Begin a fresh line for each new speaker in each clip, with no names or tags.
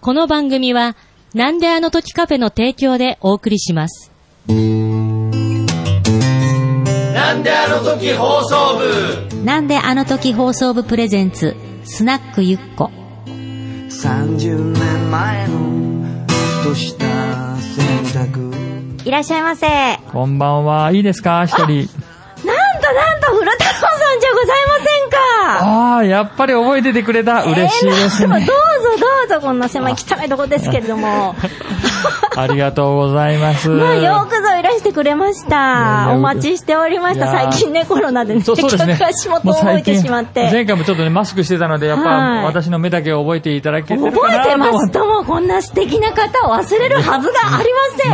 この番組は、なんであの時カフェの提供でお送りします。
なんであの時放送部
なんであの時放送部プレゼンツ、スナックゆっこ。
30年前のふとした選択
いらっしゃいませ。なんと
こんばんは。いいですか一人。
なんと、古田さんじゃございませんか
ああ、やっぱり覚えててくれた。嬉しいです
どうぞ
ね。
どうぞ、こんな狭い汚いとこですけれど も。
ありがとうございます。
まあ、よくぞいらしてくれまし
やい
た。
や
お待ちしておりました。
いや
最近ね、コロナでね、
そうそうですね。
客足元を覚えてしまっ
もう最近前
て。
回もちょっとね、マスクしてたので、やっぱ、
はい
私の目だけを覚えていただけてるか
覚え
な
て
と
ま
思っ
す
て。
とも、こんな素敵な方を忘れるはずがありま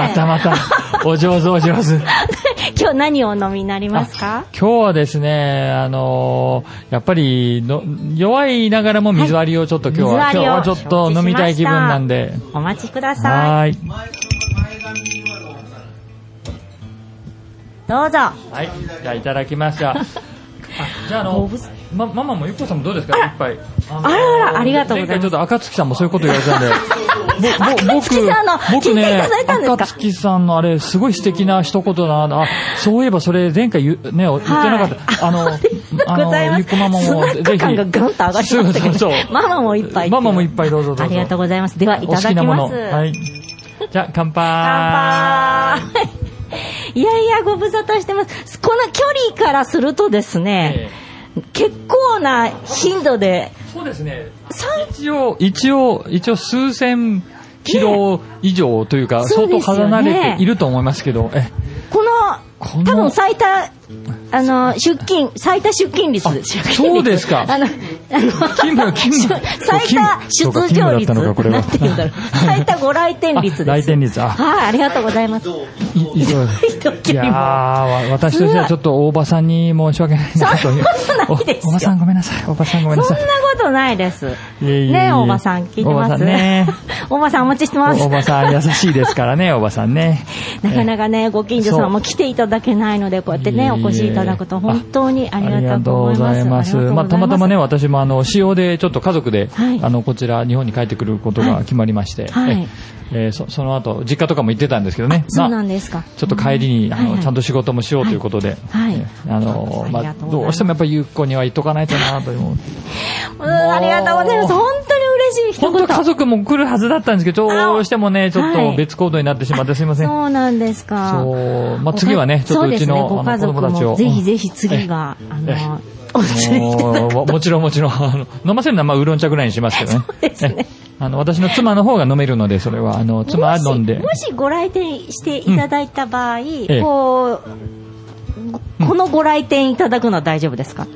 ま
せ
た
ん。
また、お上手お上手。
今日何をお飲みになりますか
今日はですね、あのーやっぱりの、弱いながらも水割りをちょっと今日は、
水割り
今日
を
はちょっと飲みたい気分なんで。
お待ちください。
はーい。
どうぞ。
はい。じゃあ、いただき ました。あじゃあ、あの、ま、ママもゆっこさんもどうですか一杯。あ
あらあらありがとうございます
前回ちょっと赤月さんもそういうこと言われたん で。ぼぼ
赤月さんの聞
僕
いてい
ね
ただいたんですか、
赤月さんのあれ、すごい素敵な一言だな。あ、そういえばそれ前回言う、ね、言ってなかった。あの、
ありがとう ござい
あ
ま
の、ゆっ
す。ス
こ
ナ
ママもぜ
ック
ひ。
感がガンと上がりましたけど。
そうそうそう
ママも一杯。
ママも一
杯。
杯どうぞどうぞ。
ありがとうございます。では、い
お好
ただ
き
き
なもの。
ます。
はい。じゃあ、乾杯。
乾杯 いやいや、ご無沙汰してます。この距離からするとですね、結構な頻度で、
そうですね。
さ
一応、一応、一応数千キロ以上というか、
そう
相
で
当
すよね
離れていると思いますけど、え、
こ
こ
の、
の
多分最多、あの、出勤、最多出勤率
あ
出勤率
そうですか
あの、あの、
勤務勤務
最多
そうか
出場
勤務だっ
率。
たのかこれ
な
は
んて言うんだろう。最多ご来店率です。
あ来店率あ
はい、ありがとうございます。
い、いぞ。
い
いやー、わ私としてはちょっと大場さんに申し訳ないなという。
そんなことないですよ
おおばさんごめんなさい、おばさんごめんな
そ
さ。
んないことないです。ね
いえいえいえ
え、おばさん聞いてます
おばさんね。
おばさんお待ちしてます
お。おばさん優しいですからね、おばさんね。
なかなかね、ご近所さんも来ていただけないので、こうやってね、
いえ
お
いえ
越しいただくと本当にあ
あ
り
り
が
が
と
と
う
う
ご
ご
ざ
ざ
い
い
ま。
ますす。まあ、たまたまね、
あ
私もあの、使用でちょっと家族で、
はい
あの、こちら、日本に帰ってくることが決まりまして、
はい
ええーそその後、実家とかも行ってたんですけどね。
りがとうございます。そうな
まあ
んですか。
ちょっと帰りに、あ
はいは
の、
い
ちゃんと仕事もしようということで、
はいはい
ええあの、
ありがとうご
まあ、
ざいます
どうしてもやっぱりゆっこには行っとかないとなと 思
う
う。
んありがとうございます。
もう
本当に嬉しい一
本当は家
言。
族も来るはずだったんですけど、どうしてもね、ちょっ
はい
と別行動になってしまってすいません。
そうなんですか。
そう、まあ、次はね、ちょっとうちの、
そうで
あ
すね
の、
ご家
子供た
族
ち
も
を。
ぜひぜひ次は、あ
ええ
の、お連れしていただ
もうもちろんもちろん、あの飲ませるのはまあウーロン茶ぐらいにしますけど ね。
そうですね
えあの、私の妻の方が飲めるので、それは、あの、妻は飲んで
も。しもしご来店していただいた場合、
え
こう、このご来店いただくのは大丈夫ですか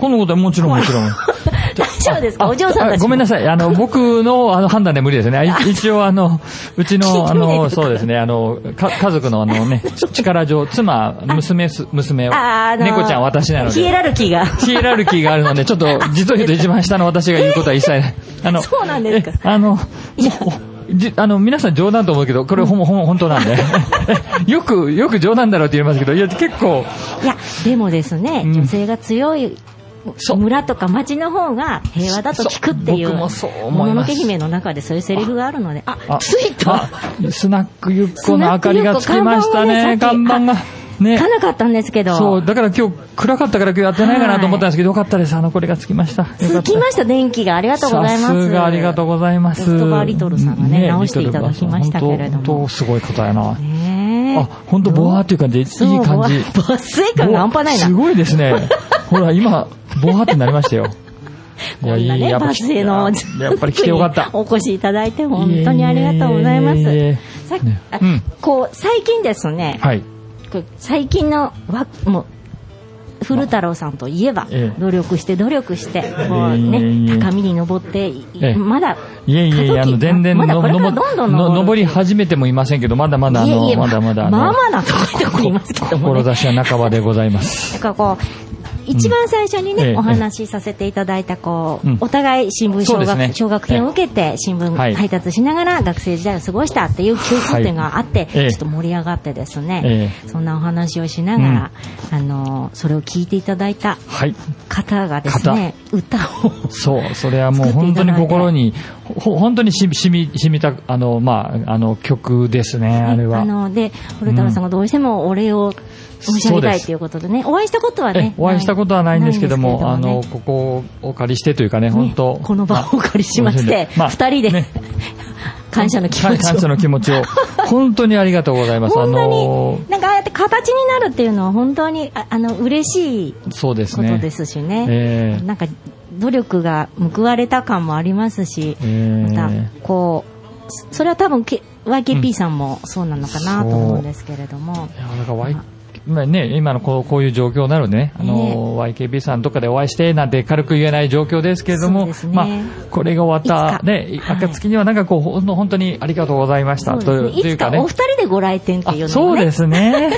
このことはもちろんもちろん。
大丈夫ですかお嬢さん
あ
たちも。
ごめんなさ い。あの、僕のあの判断で無理ですね。あい一応、あの、うちの、
聞い
あ
てみないと
の、そうですね、あの、か家族のあの ね、力上、妻、娘す、娘を、
ああの
猫ちゃん私なの
ヒエ
で。
ラルキーが。
ヒエラルキーがあるので、ちょっと、実を言うと一番下の私が言うことは 一切ない。あの、
そうなんですか
えあの、じあの、皆さん冗談と思うけど、これほん、ほん、本当な んで。よく、よく冗談だろうって言いますけど、いや、結構、
いや、でもですね、
うん
女性が強い
そう
村とか町の方が平和だと聞くっていう、
そう僕もそう思い
のの
ます
け姫の中でそういうセリフがあるので、あ、ついた
あスナックゆっこの明かりがつきましたね、
スナックゆっこ
看板
看板
が。ね
か。なかったんですけど、
そう、だから今日暗かったから今日やってないかなと思ったんですけど、よかったです。あの、これがつきました。よかった
つきました、電気が。ありがとうございます。
さすがありがとうございま
ロ
す。
フトバーリトルさんがね、直していただきましたけれど
本当本
も
当。すごいことやな。
ねえ
あ、本当ボワーっていう感じで、いい
そう
感じ。
抜粋感が半端ないな。
すごいですね。ほら、今、ボワーってなりましたよ。い
こんなね、
やっぱ
バスへの、
やっぱり来てよ かった。
お越しいただいて、本当にありがとうございます
え。ええ
さっき
ね
あ
うん
こう、最近ですね、
はい。
こう最近のわ、もう、古太郎さんといえば、
ええ
努力して努力して、もう
え
ね、
え
高みに登ってい、
ええ
まだ、
いえいえいえ、あの、全然
まだ
の、
これから
の
どんどん
の
登る
登り始めてもいませんけど、まだまだ、あ
いえい
の、
え
まだまだ、あ
まあ
の
まあなとこいとこいますけどもね。
志は半ばでございます。
なんかこう、一番最初に
え
ね、
え
お話しさせていただいたこう、
うん
お互い新聞
そう
小
です
学、
ね
小学編を受けて新聞
はい
配達しながら学生時代を過ごしたっていう共通点があって、
ええ
ちょっと盛り上がってですね、
え
そんなお話をしながら、あのそれを聞いていただいた
はい。
方がですね、歌を
そう、それはもう本当に心に、ほ本当にしみ、しみ、しみた、あの、まあ、あの、曲ですね、あれは。
ので古田さんがどうしてもお礼を申し上げたいということでねお会いしたことはね
えお会いしたことはないんですけども、
ない
あ
んですけれども
の、
ね
ここをお借りしてというかね、本当。
この場をお借りしまして
まあ
二人で
ね
感謝の気持
はい
ち
感謝
を
の気持 ちを。本当にありがとうございます。あ
本当
の
に、なんかああやって形になるっていうのは本当にああの嬉しい
そうです
こと
ね。
ですしね、
ええ
なんか努力が報われた感もありますし、
ええ
またこうそそれは多分け YKP さんもそうなのかなと思うんですけれども、
いやなんか Y まあね、今のこうこういう状況なのでね、あの YKB さんとかでお会いしてなんて軽く言えない状況ですけれど
そう
も、
ですね
まあ、これが終わった、
い
ね、
つかはい
暁にはなんかこう、ほんと本当にありがとうございました
そう
と
ですねい
い
う
とい
つ
うか
か
ね。
お二人でご来店というの
あそ
も
う
ね、
ですね。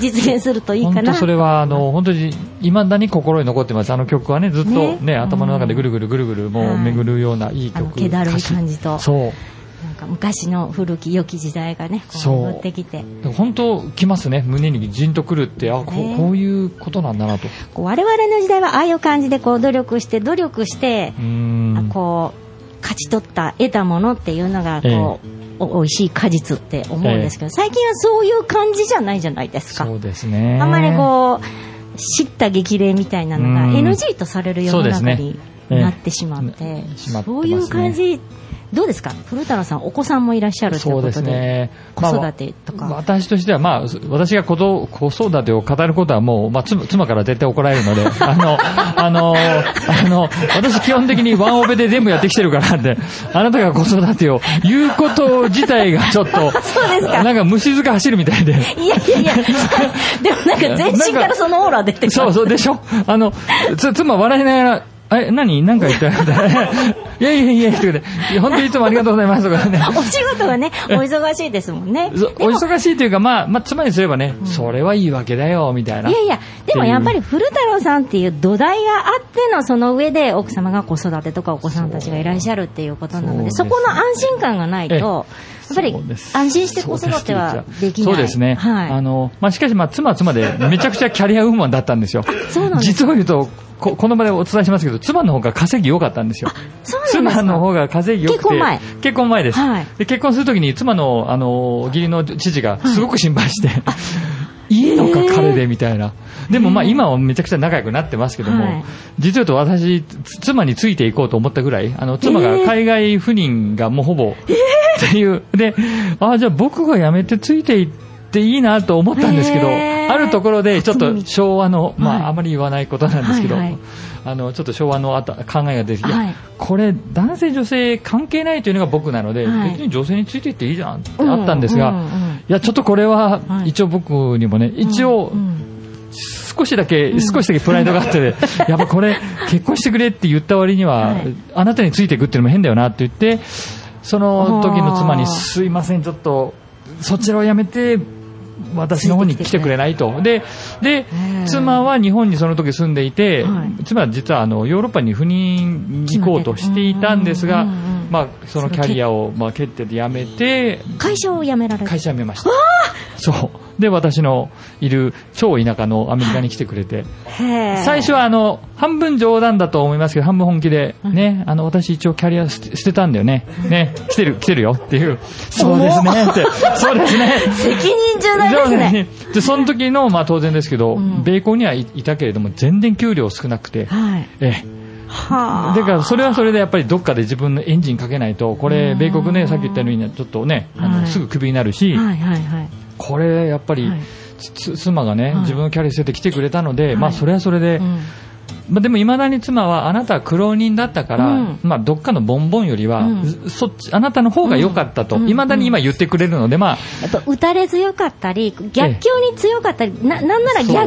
実現すると いい
本
か
当
な
それは、あの、本当に、いまだに心に残ってます。あの曲はね、ずっと
ね
ね、頭の中でぐるぐるぐるぐる、も
は
う
い
巡るようないい
あの
曲。
気だるい
歌詞
感じと
そう。
なんか昔の古き良き時代がねこう
そう
戻ってきて
本当、来ますね。胸にじんとくるって、あ、こ
ね
うこういうことなんだなと。
こう我々の時代はああいう感じでこう努力して努力して
う、ん。
あこう勝ち取った得たものっていうのがこう、お美味しい果実って思うんですけど、最近はそういう感じじゃないじゃないですか
そうですね。
あんまりこう叱咤激励みたいなのが
うん
NG とされる世の
そうで
中
す
に
ね
なってしまって、
ええしまって
そ
ますね
ういう感じどうですか古太郎さんお子さんもいらっしゃるという
そう
こ
で
と
す
で
ね。
子育てとか
まあ私としては、まあ、私が子ど子育てを語ることはもう、まあ、妻妻から絶対怒られるので、 あの、あの、あの、私基本的にワンオペで全部やってきてるからって、あなたが子育てを言うこと自体がちょっと、
そうですか
なんか虫塚走るみたいで。
いやいやいやでもなんか全身からそのオーラ出てる
そうそうでしょあの、つ、妻笑いながら、え、何なんか言ったみたいな。いやいやいや、って言って、いや本当にいつもありがとうございますとかね。
お仕事がね、お忙しいですもんね。
そお忙しいというか、まあ、まあ、妻にすればね、それはいいわけだよ、みたいな。
いやいや、でもやっぱり古太郎さんっていう土台があってのその上で奥様が子育てとかお子さんたちがいらっしゃるっていうことなので、そ
そう
この安心感がないと、
ええ
やっぱり
そうです
安心して子育てはできない。
そうですね。あ
はい。
の、まあ、しかし、まあ、妻は妻で、めちゃくちゃキャリアウーマンだったんですよ。
そうなんです
実を言うと、こ、この場でお伝えしますけど、妻の方が稼ぎ良かったんですよ。
そうなんです
妻
か
の方が稼ぎ良くて。
結婚前
結婚前です。
はい
で結婚するときに妻の、あの、義理の父がすごく心配して、い、いのか、
えー
彼で、みたいな。でも、まあ、今はめちゃくちゃ仲良くなってますけども、
はい
実を言うと私、つ妻についていこうと思ったぐらい、あの、妻
えー
が海外赴任がもうほぼ、っていう。で、ああ、じゃあ僕が辞めてついていっていいなと思ったんですけど、
へー
あるところでちょっ
初
と
耳
昭和の、
はい
まああまり言わないことなんですけど、
はいはい
あの、ちょっと昭和のあた考えが出てきて、
はい
これ男性女性関係ないというのが僕なので、
はい
別に女性についていっていいじゃんってあったんですが、
うんうんうん
いや、ちょっとこれは
はい
一応僕にもね、一応
うん
少しだけ、少しだけプライドがあって、 やっぱこれ、結婚してくれって言った割には、
はい
あなたについていくっていうのも変だよなって言って、その時の妻
あー
に、すいません、ちょっと、そちらをやめて、私の方に来てくれないと。で、で
ー、
妻は日本にその時住んでいて、
はい
妻は実はあの、ヨーロッパに赴任行こうとしていたんですが、
うんうんうんうん
まあ、そのキャリアを、まあ、蹴って辞めて、
会社を辞められた
会。社辞めました。そう。で、私のいる超田舎のアメリカに来てくれて、
へー
最初はあの、半分冗談だと思いますけど、半分本気で、ね、あの、私一応キャリア捨て捨てたんだよね。ね、来てる、来てるよっ ていう。そうですね、って。そうですね。
責任重大ですね。
で、その時の、まあ当然ですけど、米国にはいいたけれども、全然給料少なくて、
はい。
ええ、
はあ。
だからそれはそれでやっぱりどっかで自分のエンジンかけないと、これ、米国ね、さっき言ったように、ちょっとね、あ
はい
のすぐクビになるし、
はいはいはい。
これやっぱり、
はい
つつ妻が
は
ね、
い
自分のキャリア捨てて来てくれたので、
い
まあそれはそれで、
うん
まあ、でもいまだに妻はあなたは苦労人だったから、
うん
まあどっかのボンボンよりは、
うん
ずそっちあなたの方が良かったと
うん
いま、未だに今言ってくれるのでまあ
やっぱ打たれ強かったり、逆境に強かったり、ななんなら逆境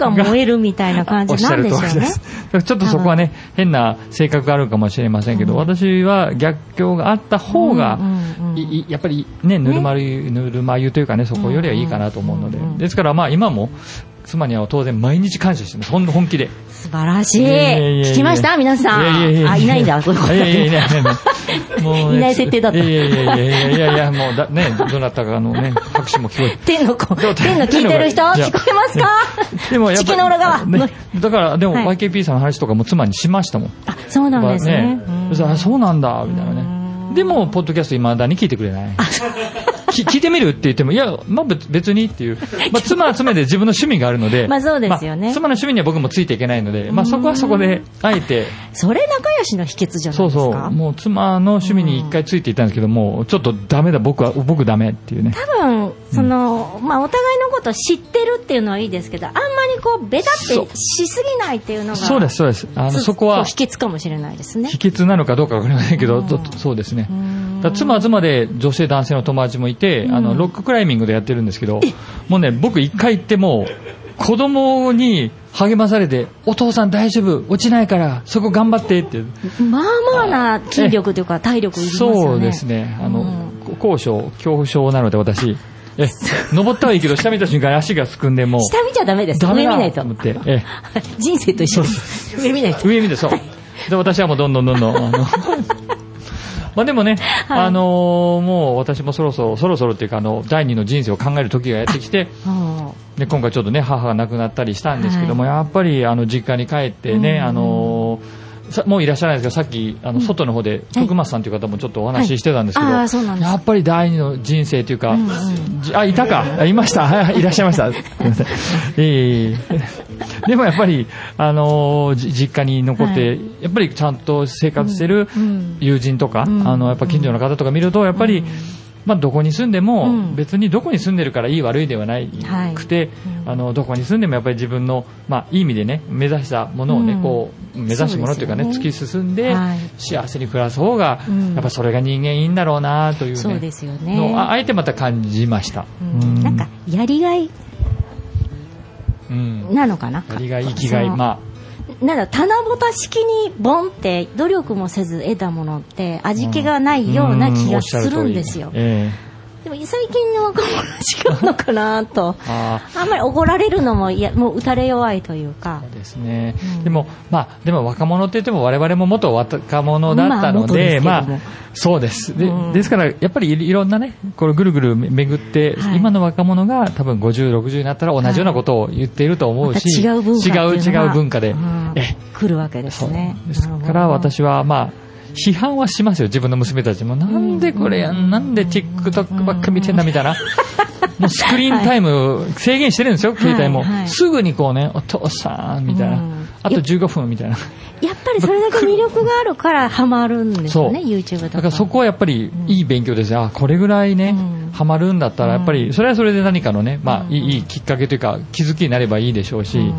の方が燃えるみたいな感
お
じ
っし
な
ゃ
ん
る
でしょう
通りで
ね
す。。 だからちょっとそこはね、変な性格があるかもしれませんけど、私は逆境があった方が、
うんうんうん
いいやっぱりね、ぬるま湯、ぬるま湯というかね、そこよりはいいかなと思うので、
うんうんうん
ですからまあ今も、妻には当然毎日感謝してます。ほん本気で。
素晴らしい。
いやいやいやいや
聞きました皆さん。
やや
あ、いないんだ。そういうことだ
いやいやい
け。
やいやもうね
いない設定だった
いやいやいやいやいやいや、もうだ、ね、どなたかのね、拍手も聞こえ て。
天の子、天の聞いてる人、
じゃあ
聞こえますか
でもやっぱ
地球の裏側。
ねだから、でも
はい
YKP さんの話とかも妻にしましたもん。
あ、そうなんですね。うん
そしたらあそうなんだ、みたいなね。でも、ポッドキャスト未だに聞いてくれない。き聞いてみるって言っても、いや、まあ別別にっていう。まあ妻は妻で自分の趣味があるので。
まあそうですよね
まあ妻の趣味には僕もついていけないので、まあそこはそこで、あえて、
それ仲良しの秘訣じゃない
そう
ですか。
そう、もう妻の趣味に一回ついていたんですけど、もうちょっとダメだ、僕は、僕ダメっていうね。
多分その、まあ、お互いのこと知ってるっていうのはいいですけどあんまりこうベタ
そ
っ
う
てしすぎないっていうのが
そうです、そうです。あの、
つ
そこは、
秘訣かもしれないですね
秘訣なのかどうかわかりませんけど、ちょっとそうですね。だから妻は妻で女性男性の友達もいて、あの、ロッククライミングでやってるんですけど、もうね、僕一回行っても、子供に励まされて、お父さん大丈夫、落ちないから、そこ頑張ってって。
まあまあな筋力というか体力いりますよね
そうですね。あの、高所、恐怖症なので私、え、登ったはいいけど、下見た瞬間に足がすくんでもう、
下見ちゃダメです
ダメ
上見な
だ
い
と
と
思って、ええ
人生と一緒です上見ないと
上見てそう。で、私はもうどんどんどんど ん、あの、 まあでもね、あのーもう私もそろそろ、そろそろっていうか、あの、第二の人生を考える時がやってきて、
うん
で、今回ちょっとね、母が亡くなったりしたんですけども、やっぱり、あの、実家に帰ってね、あのーさもういらっしゃらないですけど、さっき、あの、外の方で、徳松さんという方もちょっとお話ししてたんですけど、
はいあーそうなんです
やっぱり第二の人生というか、じあ、いたか、あいました、 はいいらっしゃいました。すみません。ええ でもやっぱり、あのーじ実家に残って、やっぱりちゃんと生活してる友人とか、あの、やっぱ近所の方とか見ると、やっぱり、まあ、どこに住んでも、別にどこに住んでるからいい悪いではない
はい
くて、あのどこに住んでもやっぱり自分の、まあ、いい意味でね目指したものをね、
うん
こう目指すものというかね
そう
突
で
き進んで、
はい
幸せに暮らす方が、
うん
やっぱそれが人間いいんだろうなという,、ね
そうですよね
のをああえてまた感じました、うん
なんかやりがい
うん
なのかな
やりがい生きがい
その
ま
なんだ棚ぼた式にボンって努力もせず得たものって味気がな
あ
いような気
うお
が
っしゃ
す
る
る
通り
んですよ、
え
でも最近の若者は違うのかなと
え あ
あんまり怒られるのもいやもう打たれ弱いというか
あですね、でも、まあ、でも若者って言っても我々も元若者だったので、
まあ
ま
元
あ
ですけども、
そうです。で、
うん
ですから、やっぱりいろんなね、これぐるぐる巡って、
はい
今の若者が多分50、60になったら同じようなことを言っていると思
ま
う
た
し、
違う文化っていうのが
違う違う文化で、
うん
ええ
来るわけですね
です
なるほ
か
ど
ら私はまあ批判はしますよ自分の娘たちもなんでこれやんなんで TikTok ばっか見てんだみた いなもうスクリーンタイム制限してるんですよ携帯も
はいはい
すぐにこうねお父さんみたいうなんあと15分みたいな
やっぱりそれだけ魅力があるからハマるんですよね
そう
YouTube とか
だからそこはやっぱりいい勉強ですよあこれぐらいね
うん
ハマるんだったらやっぱりそれはそれで何かのねまあいいいいきっかけというか気づきになればいいでしょう
う
し
ん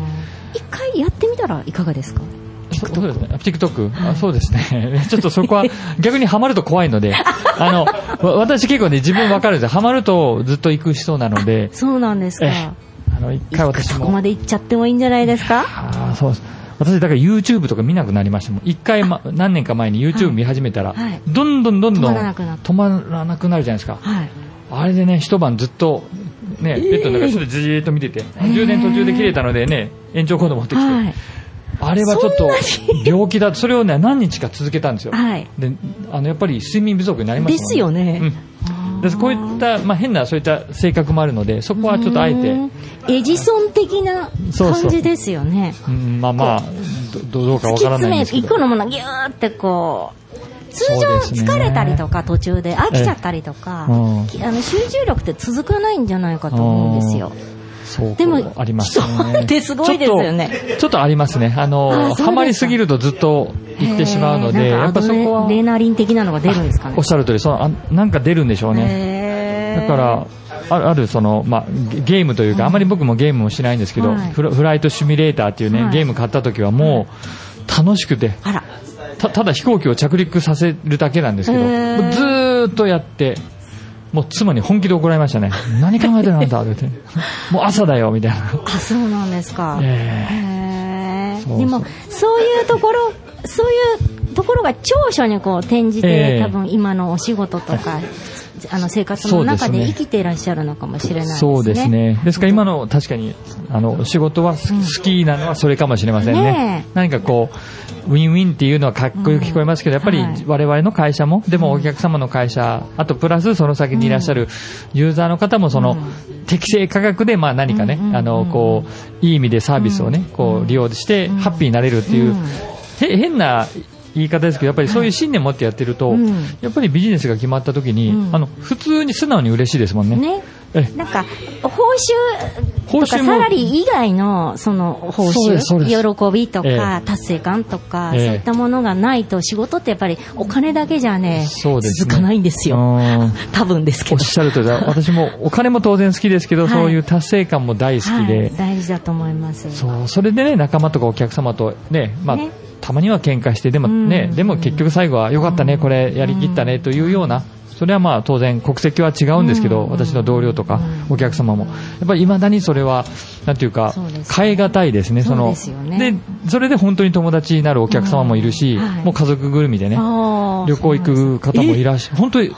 一回やってみたらいかがですか
そうそうですね。TikTok? あそうですね。 ちょっとそこは逆にハマると怖いので、あの、わ私結構ね、自分わかるんですよ。ハマるとずっと行く人なので、
そうなんです
え
か
えあの、一回私
そこ
も
ま、で行っちゃってもいいんじゃないですか
ああ、そうです。私、だから YouTube とか見なくなりましたもん。一回、ま、何年か前に YouTube 見始めたら、
はい
どんどんどんどん
止まらなくなっ
止まらなくなるじゃないですか。
はい
あれでね、一晩ずっと、ね、ベッドの中でそれじーっと見てて、充電途中で切れたのでね、延長コード持ってきて、
はい
あれはちょっと 病気だそれをね何日か続けたんですよ、
はい
であのやっぱり睡眠不足になりますもん
ですよね
うん、ですこういった、まあ、変なそういった性格もあるのでそこはちょっとあえて、
うんエジソン的な
そうそう
感じですよね
うん、まあまあどどうか
突
わ
き
からない
詰
ん
め
ですけ
一
ど
個のものギューってこう通
そうです
常
ね
疲れたりとか途中で飽きちゃったりとか、
ええうん
きあの集中力って続かないんじゃないかと思うんですよ。
そう
でも
あります
人
ね
ってすごいですよね
ちょっとちょっとありますねあ
あそうで
の
すか
ハマりすぎるとずっと行ってしまうので
へえ
や
なん
っぱ
か
そこ
アド
は
レナリン的なのが出るんですかね
おっ。しゃる通りそうあなんか出るんでしょうね、
へえ
だから、ああるその、まあ、ゲゲームというか、あまり僕もゲームもしないんですけど、
はい
フラフライトシミュレーターっていうね、
はい
ゲーム買った時はもう、楽しくて、
あら、
たただ飛行機を着陸させるだけなんですけど、
へー
もうずーっとやって、もう妻に本気で怒られましたね。何考えてるんだって言って。もう朝だよ、みたいな。
あそうなんですか。
え
へえ
そうそう
でもそういうところそういうところが長所にこう転じて、
ええ
多分今のお仕事とか、あの生活の中で生きていらっしゃるのかもしれないですね。
そうですね。ですから今の確かに、あの、仕事はす好きなのはそれかもしれません
ね
ね。何かこう、ウィンウィンっていうのはかっこよく聞こえますけど、やっぱり
はい
我々の会社も、でもお客様の会社、あとプラスその先にいらっしゃるユーザーの方も、その、適正価格で、まあ何かね
うんうんう、ん
あの、こう、いい意味でサービスをね、こう、利用して、ハッピーになれるっていう
うん、
へ変な、言い方ですけどやっぱりそういう信念持ってやってると、
うん
やっぱりビジネスが決まった時に、
うん
あの普通に素直に嬉しいですもんね。
ね
ええ
なんか、報酬とか
報酬も
サラリー以外の、その、報
そうですそうです
酬、喜びと
え
か
え、
達成感とか、そう
ええ
いったものがないと、仕事ってやっぱり、お金だけじゃね、
そうですね
続かないんですよ。
うん
多分ですけ
おっ
ど。
しゃるとおりだ私もお金も当然好きですけど、
はい
そういう達成感も大好きで、
はい、大事だと思います。
そうそれでね仲間とかお客様とね,、まあ、
ね
たまには喧嘩してでもね、
うん
でも結局最後は良かったね、これやりきったねというような。それはまあ当然国籍は違うんですけど、
うん
私の同僚とか
うん
お客様も、やっぱり未だにそれは、なんていうか
そうですね、
変え難いですね、そ
そう
の
ですよね
で、それで本当に友達になるお客様もいるし、
うんはい
もう家族ぐるみでね、
あー
旅行行く方もいらっしゃ本当に、
へ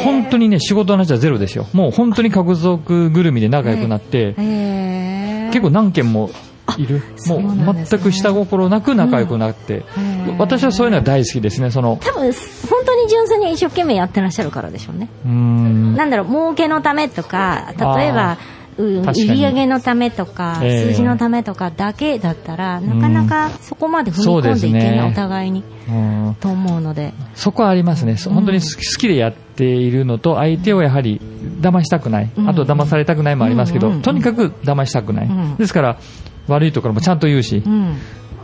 ー
本当にね、仕事の話はゼロですよ。もう本当に家族ぐるみで仲良くなって、
へー
結構何件もいる。
あ
も
そうなん
う
ですね
全く下心なく仲良くなって
うんへー。
私はそういうのは大好きですね、その、
多分、本当に純粋に一生懸命やってらっしゃるからでしょうね。
うーん。
なんだろう、儲けのためとか、例え
あ
ば、うん売
確かに
り上げのためとか、
ええ
数字のためとかだけだったら、なかなかそこまで踏み込んでいけ
そうです
な
ね
い、お互いに、
うん
と思うので。
そこはありますね。そ本当に好き好きでやっているのと、相手をやはり騙したくない。
うん
あと騙されたくないもありますけ
う
ど
んうんう、ん
とにかく騙したくな
うん
い。ですから、悪いところもちゃんと言うし
う、ん。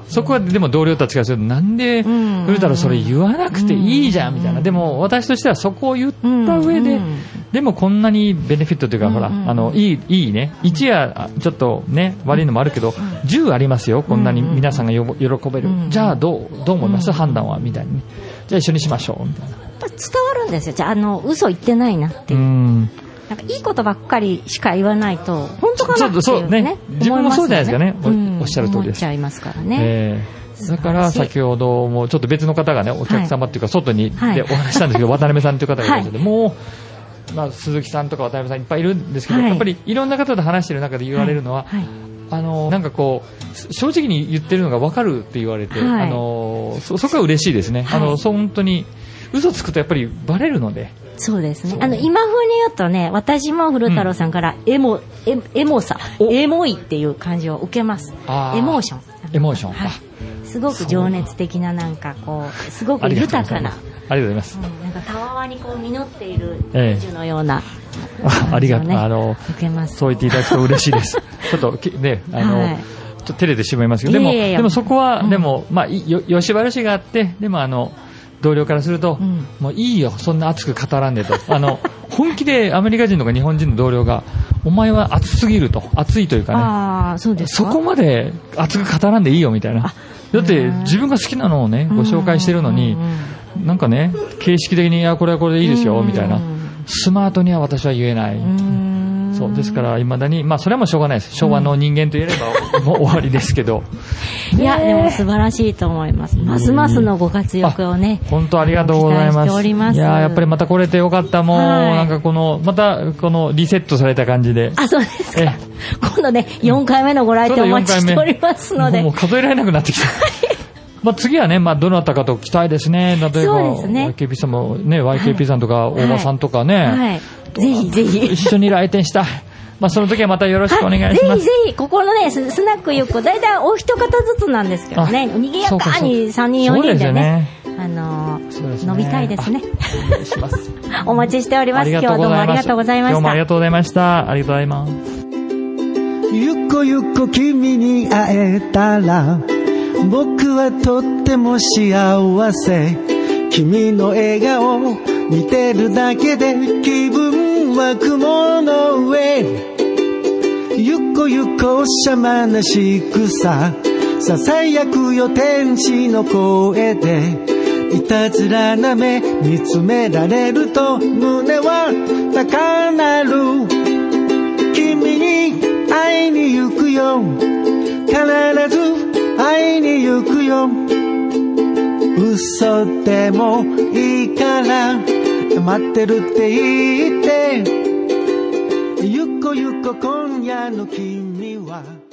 そこはでも同僚たちからすると、なんで
うん
古太郎それ言わなくていいじゃんみたいな。でも私としてはそこを言った上
う
で
ん、
でもこんなにベネフィットというか、ほら、
うんうん
あの、いい、いいね。一夜、あちょっとね、悪いのもあるけど、10ありますよ。こんなに皆さんがよ喜べる
うん。
じゃあどう、どう思いま
う
す
ん
判断はみたいにね。じゃあ一緒にしましょう。みたいな。
やっぱ伝わるんですよ。じゃあ、あの、嘘言ってないなって
う
いう。
ん。
なんかいいことばっかりしか言わないと、本当か
ち
な
ょ
っ
って
い
と
う
そうね
ね
自分もそうじゃないですかねおおっしゃる通り
思っ
です
ちゃいますからね。
ええだから
素晴らしい
先ほどもちょっと別の方がねお客様っていうか外に
はい
でお話ししたんで すけど、渡辺さんという方がいらっしゃって、もう、まあ、鈴木さんとか渡辺さんいっぱいいるんですけど、
はい
やっぱりいろんな方と話してる中で言われるのは、
はい。
あのなんかこうす正直に言ってるのが分かるって言われて、
はい
あのそそこは嬉しいですね、
はい
あのそう本当に嘘つくとやっぱりバレるので
そうですね。あの、今風に言うとね、私も古太郎さんから、エモ、エエモさ、
お
エモいっていう感じを受けます。
あー
エモーション。
エモーション、
はい。すごく情熱的な、なんかこう、すご
あ
く
ありがとう
豊
ござ
か
いま
な
す、ありがとうござい ます
うんなんかたわわにこう実っている
ええ
樹のような、
あありがとう、
ね
あの
受けます
そう言っていただくと嬉し いです。ちょっときね、あの、
はい
ちょっと照れてしまいますけど、でも、
いえいえいえ
でもそこは、
うん
でも、まあ、いよ、よしばよしがあって、でもあの、同僚からすると、
うん
もういいよ、そんな熱く語らんでと。あの、 本気でアメリカ人とか日本人の同僚が、お前は熱すぎると、熱いというか
ああ、そう
ね、
です
そ
か。
こまで熱く語らんでいいよみたいな。だって
うん
自分が好きなのをね、ご紹介してるのに
うんうん、
なんかね、形式的に、いや、これはこれでいいです
うん
よ、
うん。
みたいな。スマートには私は言えないう
ーん
そうですから、いまだに、まあ、それはもうしょうがないです、昭和の人間といえれ ば、もう終わりですけど、
いや、でも素晴らしいと思います。ますますのご活躍をね。
本当ありがとうござい
期待
ま
してお
す。
ります
いやーやっぱりまた来れてよかった、もう、
はい
なんかこの、また、このリセットされた感じで、
あ、そうですか
え。
今度ね、4回目のご来
ちょ
店
うど
お
4
待ち
回
して
目
おりますので
もうもう。数えられなくなってきた。まあ次はね、まあどなたかと期待ですね。例えば、
そうですね
YKP さんもね、YKP さんとか、
はい
大場さんとかね、
はい。ぜひぜひ。
一緒に来店したい。まあその時はまたよろしくお願いし
は
ま
い、ぜひ
す
ぜ。ひ、ここのね、ススナックゆっこ、だいたいお一方ずつなんですけどね、
あ
賑やか
そう
に
かそう
3
か
人、4人でね、
そ
あのー
そうですね
伸びたい ですね。
お願いします。
お待ちしておりま
あ
す。
り
今
が
日
と
は
うご
どうも
ざ
あり
いま
が
す。
とうございま
どう
し
もあ
た
り。がとうございました。ありがとうございます。
ゆっこゆっこ君に会えたら僕はとっても幸せ君の笑顔見てるだけで気分は雲の上ゆっこゆっこおしゃまなしくさささやくよ天使の声でいたずらな目見つめられると胸は高鳴る君に会いに行くよ必ず会いに行くよ嘘嘘でもいいから待ってるって言ってゆっこゆっこ今夜の君は